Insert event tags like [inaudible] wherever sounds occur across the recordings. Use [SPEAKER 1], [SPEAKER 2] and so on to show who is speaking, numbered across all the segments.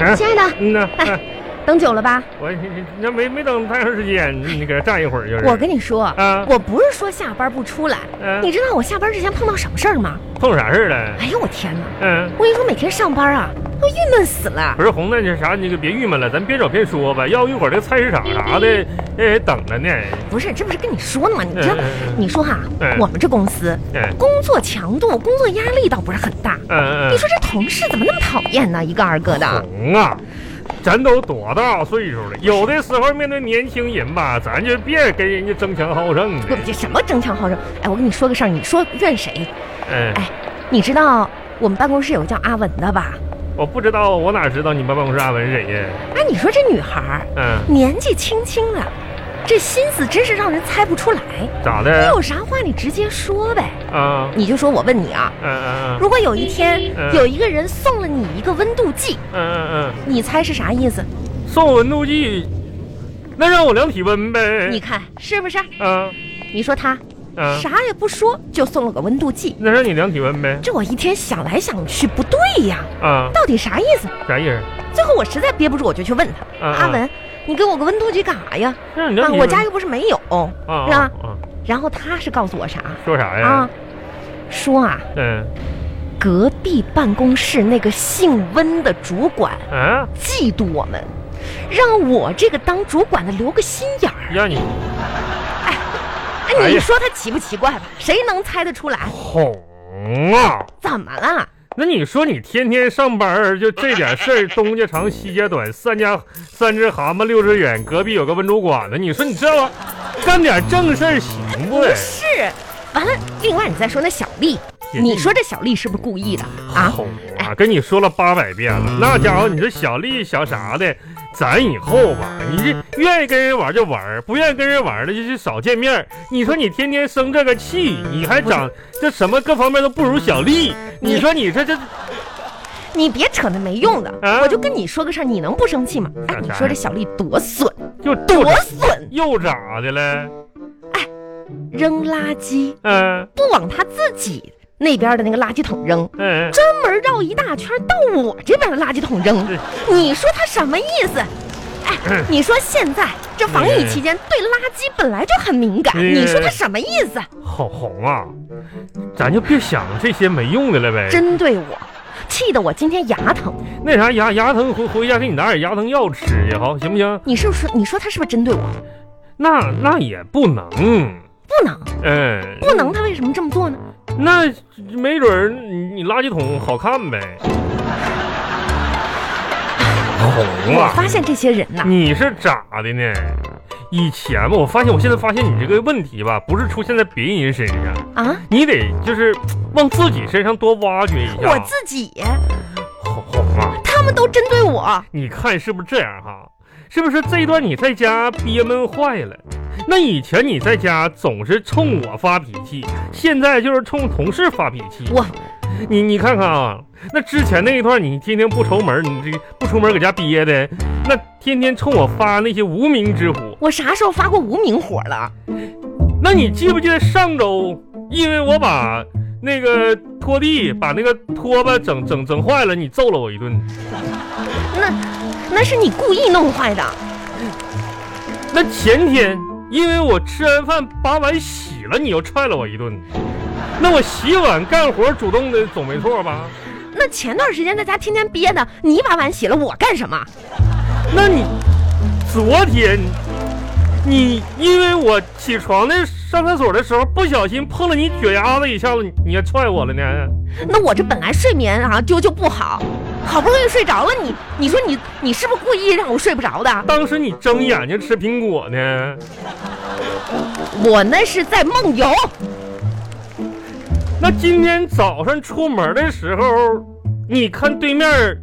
[SPEAKER 1] 啊
[SPEAKER 2] 亲爱的，
[SPEAKER 1] 嗯呐，啊
[SPEAKER 2] 等久了吧？
[SPEAKER 1] 我那没没等太长时间，你搁这站一会儿就是。
[SPEAKER 2] 我跟你说，
[SPEAKER 1] 啊
[SPEAKER 2] 我不是说下班不出来，
[SPEAKER 1] 嗯
[SPEAKER 2] 你知道我下班之前碰到什么事儿吗？
[SPEAKER 1] 碰啥事儿了？
[SPEAKER 2] 哎呦我天哪！
[SPEAKER 1] 嗯，
[SPEAKER 2] 我跟你说，每天上班啊，都郁闷死了
[SPEAKER 1] 不。是红的，那啥，你可别郁闷了，咱边走边说吧。要一会儿这菜市场啥的，那也等着呢。
[SPEAKER 2] 不是，这哎不是跟你说呢吗？你
[SPEAKER 1] 嗯
[SPEAKER 2] 这，
[SPEAKER 1] 嗯
[SPEAKER 2] 你说哈
[SPEAKER 1] 嗯，
[SPEAKER 2] 我们这公司
[SPEAKER 1] 嗯
[SPEAKER 2] 工作强度、工作压力倒不是很大。
[SPEAKER 1] 嗯
[SPEAKER 2] 你说这同事怎么那么讨厌呢？一个二个的，
[SPEAKER 1] 红啊，咱都多大岁数了？有的时候面对年轻人吧，咱就别跟人家争强好胜
[SPEAKER 2] 不
[SPEAKER 1] 的。
[SPEAKER 2] 这什么争强好胜？哎，我跟你说个事儿，你说怨谁？
[SPEAKER 1] 嗯，
[SPEAKER 2] 哎，你知道我们办公室有个叫阿文的吧？
[SPEAKER 1] 我不知道，我哪知道你们办公室阿文是谁呀？
[SPEAKER 2] 哎，你说这女孩儿
[SPEAKER 1] 嗯，
[SPEAKER 2] 年纪轻轻的，这心思真是让人猜不出来。
[SPEAKER 1] 咋
[SPEAKER 2] 你
[SPEAKER 1] 的？
[SPEAKER 2] 有啥话你直接说呗，
[SPEAKER 1] 啊，
[SPEAKER 2] 你就说我问你啊，
[SPEAKER 1] 嗯嗯
[SPEAKER 2] 如果有一天
[SPEAKER 1] 嗯
[SPEAKER 2] 有一个人送了你一个温度计，
[SPEAKER 1] 嗯嗯
[SPEAKER 2] 你猜是啥意思？
[SPEAKER 1] 嗯，送温度计，那让我量体温呗。
[SPEAKER 2] 你看是不是？
[SPEAKER 1] 啊
[SPEAKER 2] 你说他
[SPEAKER 1] 啊，
[SPEAKER 2] 啥也不说就送了个温度计，
[SPEAKER 1] 那让你量体温呗。
[SPEAKER 2] 这我一天想来想去不对呀，
[SPEAKER 1] 啊，
[SPEAKER 2] 到底啥意思？
[SPEAKER 1] 啥意思？
[SPEAKER 2] 最后我实在憋不住，我就去问他，
[SPEAKER 1] 啊
[SPEAKER 2] 阿，文，你给我个温度计干啥呀？
[SPEAKER 1] 让你
[SPEAKER 2] 啊
[SPEAKER 1] 量，体温。
[SPEAKER 2] 我家又不是没有。
[SPEAKER 1] 啊
[SPEAKER 2] 是吧
[SPEAKER 1] 啊啊，
[SPEAKER 2] 然后他是告诉我啥
[SPEAKER 1] 说啥呀
[SPEAKER 2] 啊？？说啊，
[SPEAKER 1] 嗯
[SPEAKER 2] 隔壁办公室那个姓温的主管
[SPEAKER 1] 啊，
[SPEAKER 2] 嫉妒我们，让我这个当主管的留个心眼儿。
[SPEAKER 1] 让你
[SPEAKER 2] 哎，
[SPEAKER 1] 哎
[SPEAKER 2] 你
[SPEAKER 1] 呀
[SPEAKER 2] 说他奇不奇怪吧？谁能猜得出来？
[SPEAKER 1] 红啊。
[SPEAKER 2] 怎么了？
[SPEAKER 1] 那你说你天天上班儿，就这点事儿，东家长西家短， [laughs] 三家三只蛤蟆六只远，隔壁有个温主管子，你说你这玩意儿干点正事儿行不？
[SPEAKER 2] 是，完了，另外你再说那小丽，
[SPEAKER 1] 也
[SPEAKER 2] 你说这小丽是不是故意的啊？
[SPEAKER 1] 哄啊！跟你说了八百遍了，那家伙你这小丽小啥的，咱以后吧，你这愿意跟人玩就玩，不愿意跟人玩的就就少见面儿。你说你天天生这个气，你还长这什么各方面都不如小丽，你说你这这
[SPEAKER 2] 你别扯那没用的，
[SPEAKER 1] 啊
[SPEAKER 2] 我就跟你说个事儿，你能不生气吗？哎，
[SPEAKER 1] 干啥
[SPEAKER 2] 你
[SPEAKER 1] 呀
[SPEAKER 2] 说这小丽多损，
[SPEAKER 1] 又
[SPEAKER 2] 多
[SPEAKER 1] 又
[SPEAKER 2] 损，
[SPEAKER 1] 又咋的了？
[SPEAKER 2] 扔垃圾
[SPEAKER 1] 嗯
[SPEAKER 2] 不往她自己那边的那个垃圾桶扔，
[SPEAKER 1] 嗯。
[SPEAKER 2] 专门绕一大圈到我这边的垃圾桶扔
[SPEAKER 1] 对，
[SPEAKER 2] 你说她什么意思？哎，你说现在这防疫期间对垃圾本来就很敏感，
[SPEAKER 1] 嗯
[SPEAKER 2] 你说她什么意思？
[SPEAKER 1] 好红啊！咱就别想这些没用的了呗。
[SPEAKER 2] 针对我，气得我今天牙疼。
[SPEAKER 1] 那啥牙牙疼，回回家给你拿点牙疼药吃去，好行不行？
[SPEAKER 2] 你是不是？你说他是不是针对我？
[SPEAKER 1] 那那也不能，
[SPEAKER 2] 不能，
[SPEAKER 1] 嗯，
[SPEAKER 2] 不能，他为什么这么做呢？
[SPEAKER 1] 那没准儿你你垃圾桶好看
[SPEAKER 2] [laughs]
[SPEAKER 1] 呗。红
[SPEAKER 2] 我
[SPEAKER 1] 啊！
[SPEAKER 2] 发现这些人呐、
[SPEAKER 1] 你是咋的呢？以前吧，我发现我现在发现你这个问题吧，不是出现在别人身上，
[SPEAKER 2] 啊，
[SPEAKER 1] 你得就是往自己身上多挖掘一下。
[SPEAKER 2] 我自己，
[SPEAKER 1] 红红啊！
[SPEAKER 2] 他们都针对我，
[SPEAKER 1] 你看是不是这样哈？是不是这一段你在家憋闷坏了？那以前你在家总是冲我发脾气，现在就是冲同事发脾气。
[SPEAKER 2] 我
[SPEAKER 1] 你你看看啊，那之前那一段你天天不出门，你这不出门搁家憋的，那天天冲我发那些无名之火。
[SPEAKER 2] 我啥时候发过无名火了？
[SPEAKER 1] 那你记不记得上周，因为我把那个拖地把那个拖把整整整坏了，你揍了我一顿。
[SPEAKER 2] 那那是你故意弄坏的。
[SPEAKER 1] 那前天因为我吃完饭把碗洗了，你又踹了我一顿。那我洗碗干活主动的总没错吧？
[SPEAKER 2] 那前段时间在家天天憋的，你把碗洗了，我干什么？
[SPEAKER 1] 那你昨天你因为我起床的上厕所的时候不小心碰了你脚丫子一下子，你你还踹我了呢？
[SPEAKER 2] 那我这本来睡眠啊就就不好，好不容易睡着了，你你说你你是不是故意让我睡不着的？
[SPEAKER 1] 当时你睁眼睛吃苹果呢？
[SPEAKER 2] 我那是在梦游，
[SPEAKER 1] 那今天早上出门的时候，你看对面儿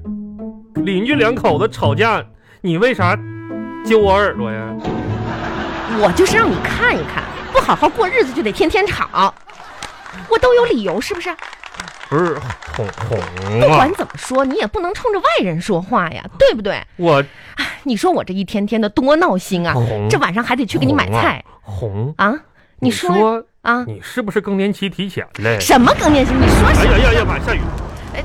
[SPEAKER 1] 邻居两口子吵架，你为啥揪我耳朵呀？
[SPEAKER 2] 我就是让你看一看，不好好过日子就得天天吵，我都有理由，是不是？
[SPEAKER 1] 不是红
[SPEAKER 2] 不
[SPEAKER 1] 红啊
[SPEAKER 2] 管！怎么说，你也不能冲着外人说话呀，对不对？
[SPEAKER 1] 我
[SPEAKER 2] 你说我这一天天的多闹心啊，
[SPEAKER 1] 红
[SPEAKER 2] 这晚上还得去给你买菜
[SPEAKER 1] 红，
[SPEAKER 2] 啊你说
[SPEAKER 1] 说
[SPEAKER 2] 啊？
[SPEAKER 1] 你是不是更年期提前了？
[SPEAKER 2] 什么更年期？你说
[SPEAKER 1] 哎
[SPEAKER 2] 什
[SPEAKER 1] 呀
[SPEAKER 2] 么？
[SPEAKER 1] 呀呀妈，下雨！
[SPEAKER 2] 哎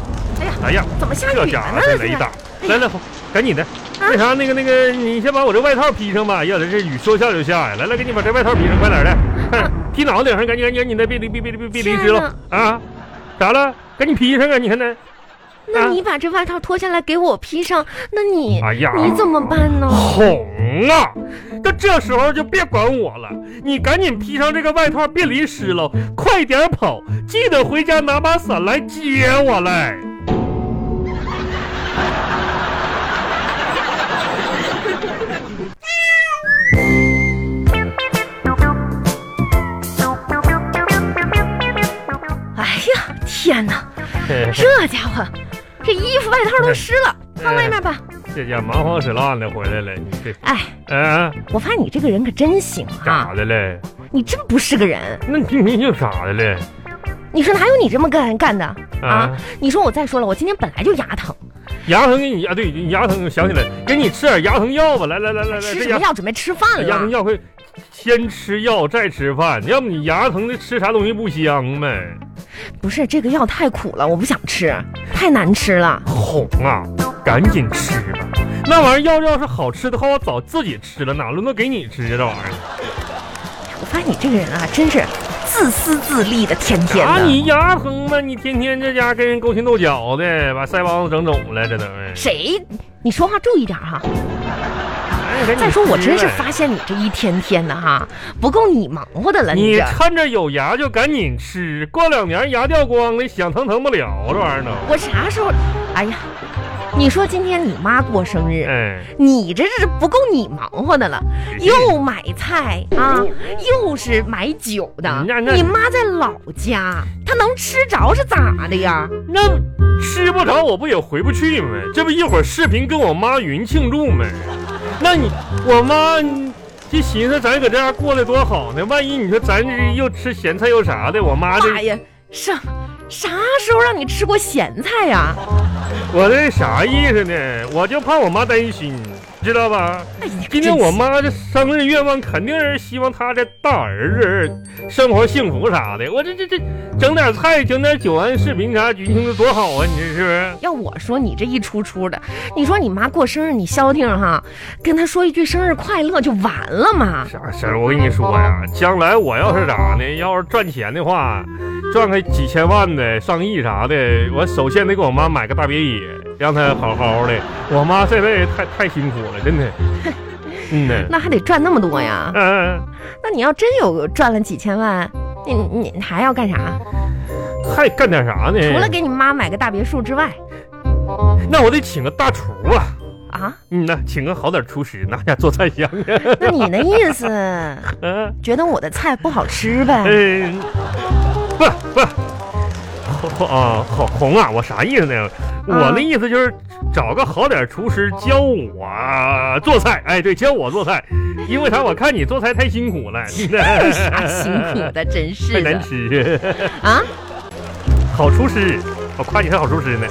[SPEAKER 2] 呀，
[SPEAKER 1] 哎呀，
[SPEAKER 2] 怎么下
[SPEAKER 1] 这
[SPEAKER 2] 雨
[SPEAKER 1] 家伙
[SPEAKER 2] 了呢？
[SPEAKER 1] 这
[SPEAKER 2] 这
[SPEAKER 1] 雷
[SPEAKER 2] 是哎
[SPEAKER 1] 打，来来，赶紧的，
[SPEAKER 2] 啊
[SPEAKER 1] 那啥，那个那个，你先把我这外套披上吧。哎呀，这雨说下就下呀。来来，给你把这外套披上，快点的，
[SPEAKER 2] 啊
[SPEAKER 1] 快点披脑袋上，赶紧赶紧赶紧的，别离别别别别离枝了啊！咋了？赶紧披上啊！你看那，
[SPEAKER 2] 那你把这外套脱下来给我披上，那你
[SPEAKER 1] 啊哎呀，
[SPEAKER 2] 你怎么
[SPEAKER 1] [laughs]
[SPEAKER 2] 办呢？
[SPEAKER 1] 红啊！到这时候就别管我了，你赶紧披上这个外套，别淋湿了，快点跑，记得回家拿把伞来接我
[SPEAKER 2] [laughs]
[SPEAKER 1] 来。
[SPEAKER 2] 哎呀，天哪，这家伙，这衣服外套都湿了，
[SPEAKER 1] 哎
[SPEAKER 2] 放外面吧。
[SPEAKER 1] 这家忙慌死浪的回来了，你这，
[SPEAKER 2] 哎，
[SPEAKER 1] 啊，
[SPEAKER 2] 我发现你这个人可真行啊
[SPEAKER 1] 咋，的了？
[SPEAKER 2] 你真不是个人。
[SPEAKER 1] 那你你又咋的了？
[SPEAKER 2] 你说哪有你这么干干的啊
[SPEAKER 1] 啊？
[SPEAKER 2] 你说我再说了，我今天本来就牙疼，
[SPEAKER 1] 牙疼给你啊？对，你牙疼，想起来了，给你吃点牙疼药吧。来来来来来，
[SPEAKER 2] 吃
[SPEAKER 1] 这
[SPEAKER 2] 什么
[SPEAKER 1] 牙
[SPEAKER 2] 药？准啊备吃饭
[SPEAKER 1] 牙疼
[SPEAKER 2] 了。
[SPEAKER 1] 药会先吃药再吃饭，要不你牙疼的吃啥东西不香呗？
[SPEAKER 2] 不是这个药太苦了，我不想吃，太难吃了。
[SPEAKER 1] 红啊，赶紧吃吧。那玩意儿要要是好吃的话，我早自己吃了，哪轮到给你吃这玩意儿？
[SPEAKER 2] 我发现你这个人啊，真是自私自利的，天天
[SPEAKER 1] 啊，
[SPEAKER 2] 的。
[SPEAKER 1] 你牙疼吗？你天天这家跟人勾心斗角的，把腮帮子整肿了，这都是。
[SPEAKER 2] 谁？你说话注意点哈、
[SPEAKER 1] 哎赶紧
[SPEAKER 2] 再说，我真
[SPEAKER 1] 吃
[SPEAKER 2] 是
[SPEAKER 1] 呗
[SPEAKER 2] 发现你这一天天的哈，不够你忙活的了。你
[SPEAKER 1] 你
[SPEAKER 2] 这，
[SPEAKER 1] 趁着有牙就赶紧吃，过两年牙掉光了，想疼疼不了这玩意儿都。
[SPEAKER 2] 我啥时候？哎呀，你说今天你妈过生日，
[SPEAKER 1] 哎，
[SPEAKER 2] 你这是不够你忙活的了，
[SPEAKER 1] 嗯
[SPEAKER 2] 又买菜啊，又是买酒的
[SPEAKER 1] 那那。
[SPEAKER 2] 你妈在老家，她能吃着是咋的呀？
[SPEAKER 1] 那吃不着我不也回不去吗？这不一会儿视频跟我妈云庆祝吗？那你我妈就寻思咱搁这样过得多好呢，万一你说咱这又吃咸菜又啥的，我妈这
[SPEAKER 2] 妈呀，上啥时候让你吃过咸菜啊呀？
[SPEAKER 1] 我这啥意思呢？我就怕我妈担心，知道吧？
[SPEAKER 2] 哎呀，
[SPEAKER 1] 今天
[SPEAKER 2] 真
[SPEAKER 1] 我
[SPEAKER 2] 是
[SPEAKER 1] 妈这生日愿望肯定是希望她这大儿子生活幸福啥的。我这这这整点菜，整点酒安视频啥，云庆祝多好啊！你这是不是？
[SPEAKER 2] 要我说，你这一出出的，你说你妈过生日，你消停哈，跟她说一句生日快乐就完了嘛。
[SPEAKER 1] 啥事儿？我跟你说
[SPEAKER 2] 哦
[SPEAKER 1] 呀，将来我要是咋呢？要是赚钱的话，赚个几千万的、上亿啥的，我首先得给我妈买个大别野，让她好好的。我妈这辈子太太辛苦了，真
[SPEAKER 2] [laughs]
[SPEAKER 1] 的。嗯呢，
[SPEAKER 2] 那还得赚那么多呀？
[SPEAKER 1] 嗯、
[SPEAKER 2] 那你要真有赚了几千万，你你你还要干啥？
[SPEAKER 1] 还干点啥呢？
[SPEAKER 2] 除了给你妈买个大别墅之外，
[SPEAKER 1] 那我得请个大厨啊。
[SPEAKER 2] 啊？
[SPEAKER 1] 嗯呐，请个好点厨师，那家做菜香啊。
[SPEAKER 2] 那你那意
[SPEAKER 1] [laughs]
[SPEAKER 2] 思，
[SPEAKER 1] 嗯、
[SPEAKER 2] 觉得我的菜不好吃
[SPEAKER 1] [laughs]
[SPEAKER 2] 呗？
[SPEAKER 1] 哎不不，红啊红红啊，我啥意思呢？
[SPEAKER 2] 嗯
[SPEAKER 1] 我的意思就是找个好点厨师教我做菜，哎，对，教我做菜，因为啥？我看你做菜太辛
[SPEAKER 2] [laughs]
[SPEAKER 1] 苦了，
[SPEAKER 2] 有啥辛苦的，真
[SPEAKER 1] 太
[SPEAKER 2] 是
[SPEAKER 1] 难
[SPEAKER 2] 的
[SPEAKER 1] 吃。
[SPEAKER 2] 啊！
[SPEAKER 1] 好厨师，我夸你是好厨
[SPEAKER 2] [laughs]
[SPEAKER 1] 师呢。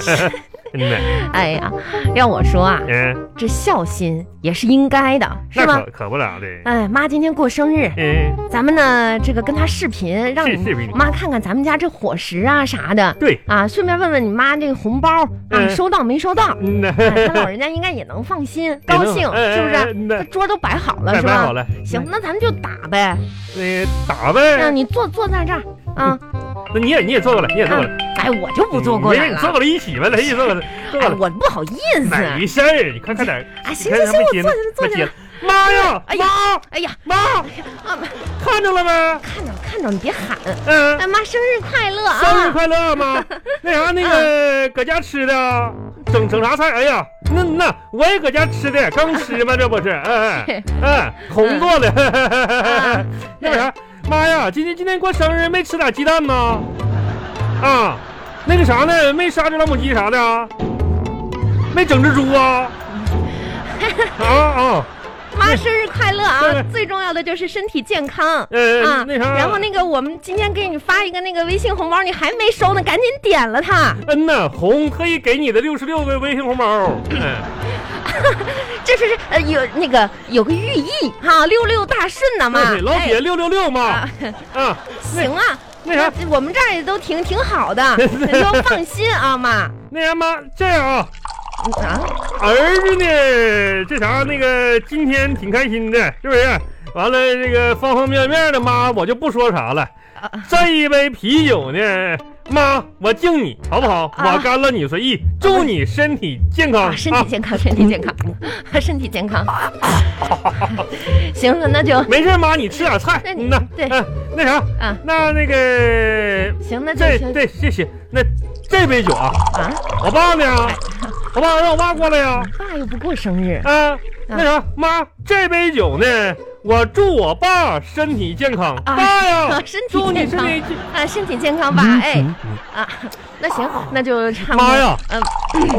[SPEAKER 1] 嗯呐，
[SPEAKER 2] 哎呀，让我说啊，
[SPEAKER 1] 嗯，
[SPEAKER 2] 这孝心也是应该的，是
[SPEAKER 1] 那
[SPEAKER 2] 吧？
[SPEAKER 1] 可可不咋的。
[SPEAKER 2] 哎，妈今天过生日，
[SPEAKER 1] 嗯，
[SPEAKER 2] 咱们呢，这个跟他视频，让
[SPEAKER 1] 是视
[SPEAKER 2] 你
[SPEAKER 1] 频
[SPEAKER 2] 妈看看咱们家这伙食啊啥的
[SPEAKER 1] 对，
[SPEAKER 2] 啊，顺便问问你妈这个红包啊
[SPEAKER 1] 嗯，
[SPEAKER 2] 收到没收到
[SPEAKER 1] [laughs] 嗯呐，
[SPEAKER 2] 哎她老人家应该也能放心高兴，是不是？
[SPEAKER 1] 嗯
[SPEAKER 2] 这
[SPEAKER 1] 呐，
[SPEAKER 2] 桌都摆好了
[SPEAKER 1] 拜
[SPEAKER 2] 是
[SPEAKER 1] 拜好
[SPEAKER 2] 吧？
[SPEAKER 1] 了。
[SPEAKER 2] 啊
[SPEAKER 1] 嗯
[SPEAKER 2] 行，，那咱们就打呗。
[SPEAKER 1] 那打
[SPEAKER 2] 那
[SPEAKER 1] 呗。
[SPEAKER 2] 你坐坐在这儿啊，
[SPEAKER 1] 那你也你也坐过来，你嗯也坐过来。
[SPEAKER 2] 哎，我就不坐过
[SPEAKER 1] 没
[SPEAKER 2] 来
[SPEAKER 1] 事你坐
[SPEAKER 2] 了。
[SPEAKER 1] 过来一起吧，来一起坐过来，坐过
[SPEAKER 2] 哎，
[SPEAKER 1] 来。
[SPEAKER 2] 我不好意思。
[SPEAKER 1] 哪没事儿，你快快点儿。
[SPEAKER 2] 啊，
[SPEAKER 1] 你
[SPEAKER 2] 行
[SPEAKER 1] 看
[SPEAKER 2] 行
[SPEAKER 1] 他
[SPEAKER 2] 行，
[SPEAKER 1] 们
[SPEAKER 2] 我
[SPEAKER 1] 接
[SPEAKER 2] 坐下来坐
[SPEAKER 1] 没
[SPEAKER 2] 下
[SPEAKER 1] 接
[SPEAKER 2] 来。
[SPEAKER 1] 妈呀！
[SPEAKER 2] 哎呀
[SPEAKER 1] 妈
[SPEAKER 2] 哎呀，
[SPEAKER 1] 妈，
[SPEAKER 2] 啊，妈
[SPEAKER 1] 看着了没？
[SPEAKER 2] 看着看着，你别喊。
[SPEAKER 1] 嗯，
[SPEAKER 2] 哎妈，生日快乐
[SPEAKER 1] 生日
[SPEAKER 2] 啊！
[SPEAKER 1] 快乐，
[SPEAKER 2] [laughs]
[SPEAKER 1] 妈。那啥，那个搁家吃的啊，整整啥菜？哎呀，那那我也搁家吃的，刚吃
[SPEAKER 2] [laughs]
[SPEAKER 1] 嘛，这不是？嗯嗯嗯，红做的。
[SPEAKER 2] 嗯
[SPEAKER 1] [laughs]
[SPEAKER 2] 啊
[SPEAKER 1] 那啥，妈呀，今天今天过生日没吃俩鸡蛋吗？啊，那个啥呢？没杀只老母鸡啥的啊？没整只猪
[SPEAKER 2] [laughs]
[SPEAKER 1] 啊？啊啊！
[SPEAKER 2] 妈，生日快乐啊
[SPEAKER 1] 对！
[SPEAKER 2] 最重要的就是身体健康。
[SPEAKER 1] 呃
[SPEAKER 2] 啊，，
[SPEAKER 1] 那啥，
[SPEAKER 2] 然后那个我们今天给你发一个那个微信红包，你还没收呢，赶紧点了它。
[SPEAKER 1] 嗯呐，红特意给你的六十六个微信红包，嗯，
[SPEAKER 2] 这是呃有那个有个寓意哈，六六大顺呢嘛。
[SPEAKER 1] 对，老铁
[SPEAKER 2] 哎
[SPEAKER 1] 六六六嘛， [laughs] 啊，
[SPEAKER 2] 行啊，
[SPEAKER 1] 那啥，
[SPEAKER 2] 我
[SPEAKER 1] [laughs]
[SPEAKER 2] 们这儿也都挺挺好的，你都放心啊，妈。
[SPEAKER 1] 那啥妈，这样啊，
[SPEAKER 2] 啊，
[SPEAKER 1] 儿子呢，这啥那个今天挺开心的，是不是？完了这个方方面面的，妈我就不说啥了。
[SPEAKER 2] 啊
[SPEAKER 1] 这一杯啤酒呢，妈我敬你好不好？
[SPEAKER 2] 啊
[SPEAKER 1] 我干了你随意，祝你身体健康
[SPEAKER 2] 啊，身体健康，身体健康，身体健康。行了，那就
[SPEAKER 1] 没事，妈，你吃点菜。
[SPEAKER 2] 那你
[SPEAKER 1] 嗯呐，
[SPEAKER 2] 对
[SPEAKER 1] 嗯、那啥，
[SPEAKER 2] 啊，
[SPEAKER 1] 那那个，
[SPEAKER 2] 行，那就
[SPEAKER 1] 这
[SPEAKER 2] 行
[SPEAKER 1] 这这行，那这杯酒啊，
[SPEAKER 2] 啊。
[SPEAKER 1] 我爸呢？我爸让我爸过来
[SPEAKER 2] [laughs]
[SPEAKER 1] 呀、
[SPEAKER 2] 爸又不过生日，
[SPEAKER 1] 啊。那啥，妈，这杯酒呢，我祝我爸身体健康。
[SPEAKER 2] 啊
[SPEAKER 1] 爸呀
[SPEAKER 2] [laughs] 啊，身体
[SPEAKER 1] 祝你
[SPEAKER 2] 健
[SPEAKER 1] 身
[SPEAKER 2] 康
[SPEAKER 1] 体健
[SPEAKER 2] 啊，身体健康吧，
[SPEAKER 1] 嗯
[SPEAKER 2] 哎，啊，那行，那就差不多。
[SPEAKER 1] 妈呀
[SPEAKER 2] 嗯、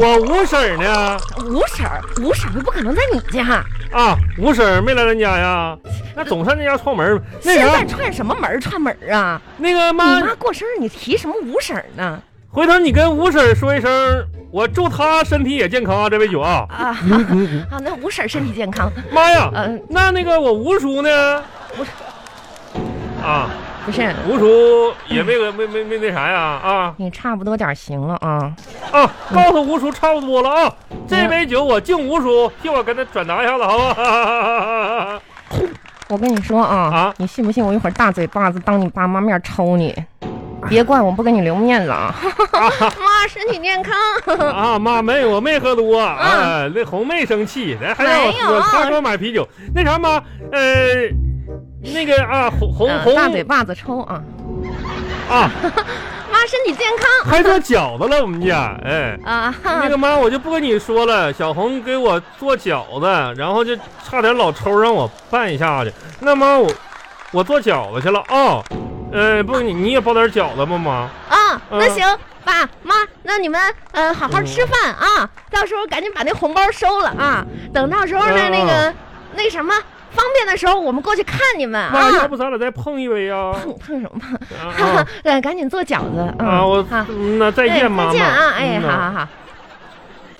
[SPEAKER 1] 我五婶儿呢？
[SPEAKER 2] 吴婶儿，吴婶儿又不可能在你家，
[SPEAKER 1] 啊，五婶儿没来咱家呀？那总上那家串门儿。那
[SPEAKER 2] 现在
[SPEAKER 1] 啥，
[SPEAKER 2] 串什么门儿串门儿啊？
[SPEAKER 1] 那个
[SPEAKER 2] 你
[SPEAKER 1] 妈，
[SPEAKER 2] 妈过生日，你提什么吴婶儿呢？
[SPEAKER 1] 回头你跟五婶儿说一声，我祝她身体也健康啊，这杯酒啊。
[SPEAKER 2] 啊， [laughs] 啊，那吴婶儿身体健康，
[SPEAKER 1] 妈呀，
[SPEAKER 2] 嗯
[SPEAKER 1] 那那个我吴叔呢？
[SPEAKER 2] 吴
[SPEAKER 1] 啊，
[SPEAKER 2] 不是，
[SPEAKER 1] 吴叔也没个没没没那啥呀啊
[SPEAKER 2] 你差不多点儿行了啊。
[SPEAKER 1] 啊！告诉吴叔差不多了啊，这杯酒我敬吴叔，替我跟他转达一下子，好不好？
[SPEAKER 2] 我跟你说啊，
[SPEAKER 1] 啊
[SPEAKER 2] 你信不信我一会儿大嘴巴子当你爸妈面抽你？别怪我不给你留面
[SPEAKER 1] [laughs]
[SPEAKER 2] 子啊！妈，身体健康。 [laughs]
[SPEAKER 1] 啊，妈没，我没喝多啊，那红妹生气，来还让我
[SPEAKER 2] 没有
[SPEAKER 1] 喝，她给我买啤酒，那啥妈，呃，那个啊，红红
[SPEAKER 2] 嗯
[SPEAKER 1] 红
[SPEAKER 2] 大嘴巴子抽啊！
[SPEAKER 1] 啊，
[SPEAKER 2] 妈，身体健康
[SPEAKER 1] 还做饺子了，我们
[SPEAKER 2] [laughs]
[SPEAKER 1] 家，哎。
[SPEAKER 2] 啊！哈
[SPEAKER 1] 那个妈，我就不跟你说了。小红给我做饺子，然后就差点老抽让我拌一下去。那妈，我我做饺子去了啊、呃，不，你你也包点饺子吧，妈。
[SPEAKER 2] 啊，那
[SPEAKER 1] 嗯
[SPEAKER 2] 行，爸妈，那你们呃好好吃饭
[SPEAKER 1] 嗯
[SPEAKER 2] 啊，到时候赶紧把那红包收了啊。等到时候呢，
[SPEAKER 1] 嗯
[SPEAKER 2] 那个那什么方便的时候，我们过去看你们
[SPEAKER 1] 妈，要
[SPEAKER 2] 啊。
[SPEAKER 1] 不咱俩再碰一杯
[SPEAKER 2] [laughs]
[SPEAKER 1] 呀、啊？
[SPEAKER 2] 碰碰什么碰？
[SPEAKER 1] 啊
[SPEAKER 2] [laughs] 哈哈，呃，赶紧做饺子
[SPEAKER 1] 啊，我
[SPEAKER 2] 好，
[SPEAKER 1] 嗯那再
[SPEAKER 2] 哎
[SPEAKER 1] 见，妈妈。
[SPEAKER 2] 再见啊！哎，
[SPEAKER 1] 嗯呐
[SPEAKER 2] 好好好，